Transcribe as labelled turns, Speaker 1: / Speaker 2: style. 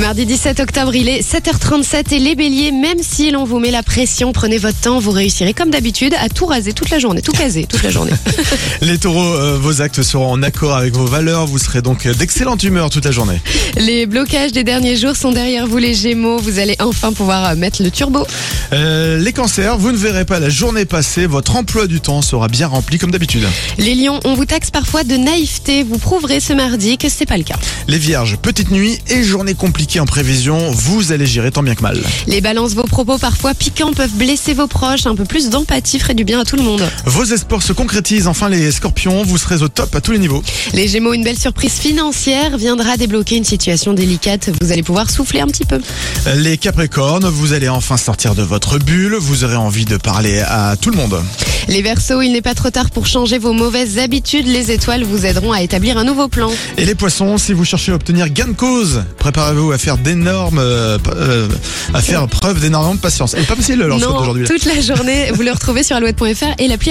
Speaker 1: Mardi 17 octobre, il est 7h37 et les béliers, même si l'on vous met la pression, prenez votre temps, vous réussirez comme d'habitude à tout raser toute la journée, tout caser toute la journée.
Speaker 2: Les taureaux, euh, vos actes seront en accord avec vos valeurs, vous serez donc d'excellente humeur toute la journée.
Speaker 1: les blocages des derniers jours sont derrière vous les gémeaux, vous allez enfin pouvoir euh, mettre le turbo.
Speaker 2: Euh, les cancers, vous ne verrez pas la journée passer, votre emploi du temps sera bien rempli comme d'habitude.
Speaker 1: Les lions, on vous taxe parfois de naïveté, vous prouverez ce mardi que c'est pas le cas.
Speaker 2: Les vierges, petite nuit et journée compliquée en prévision, vous allez gérer tant bien que mal.
Speaker 1: Les balances, vos propos parfois piquants peuvent blesser vos proches, un peu plus d'empathie ferait du bien à tout le monde.
Speaker 2: Vos espoirs se concrétisent, enfin les scorpions, vous serez au top à tous les niveaux.
Speaker 1: Les gémeaux, une belle surprise financière viendra débloquer une situation délicate, vous allez pouvoir souffler un petit peu.
Speaker 2: Euh, Les capricornes, vous allez enfin sortir de votre bulle, vous aurez envie de parler à tout le monde.
Speaker 1: Les Verseaux, il n'est pas trop tard pour changer vos mauvaises habitudes. Les étoiles vous aideront à établir un nouveau plan.
Speaker 2: Et les poissons, si vous cherchez à obtenir gain de cause, préparez-vous à faire d'énormes, euh, p- euh, à faire preuve d'énormément de patience. Et pas facile l'horoscope
Speaker 1: non,
Speaker 2: d'aujourd'hui.
Speaker 1: toute la journée, vous le retrouvez sur alouette.fr et l'appli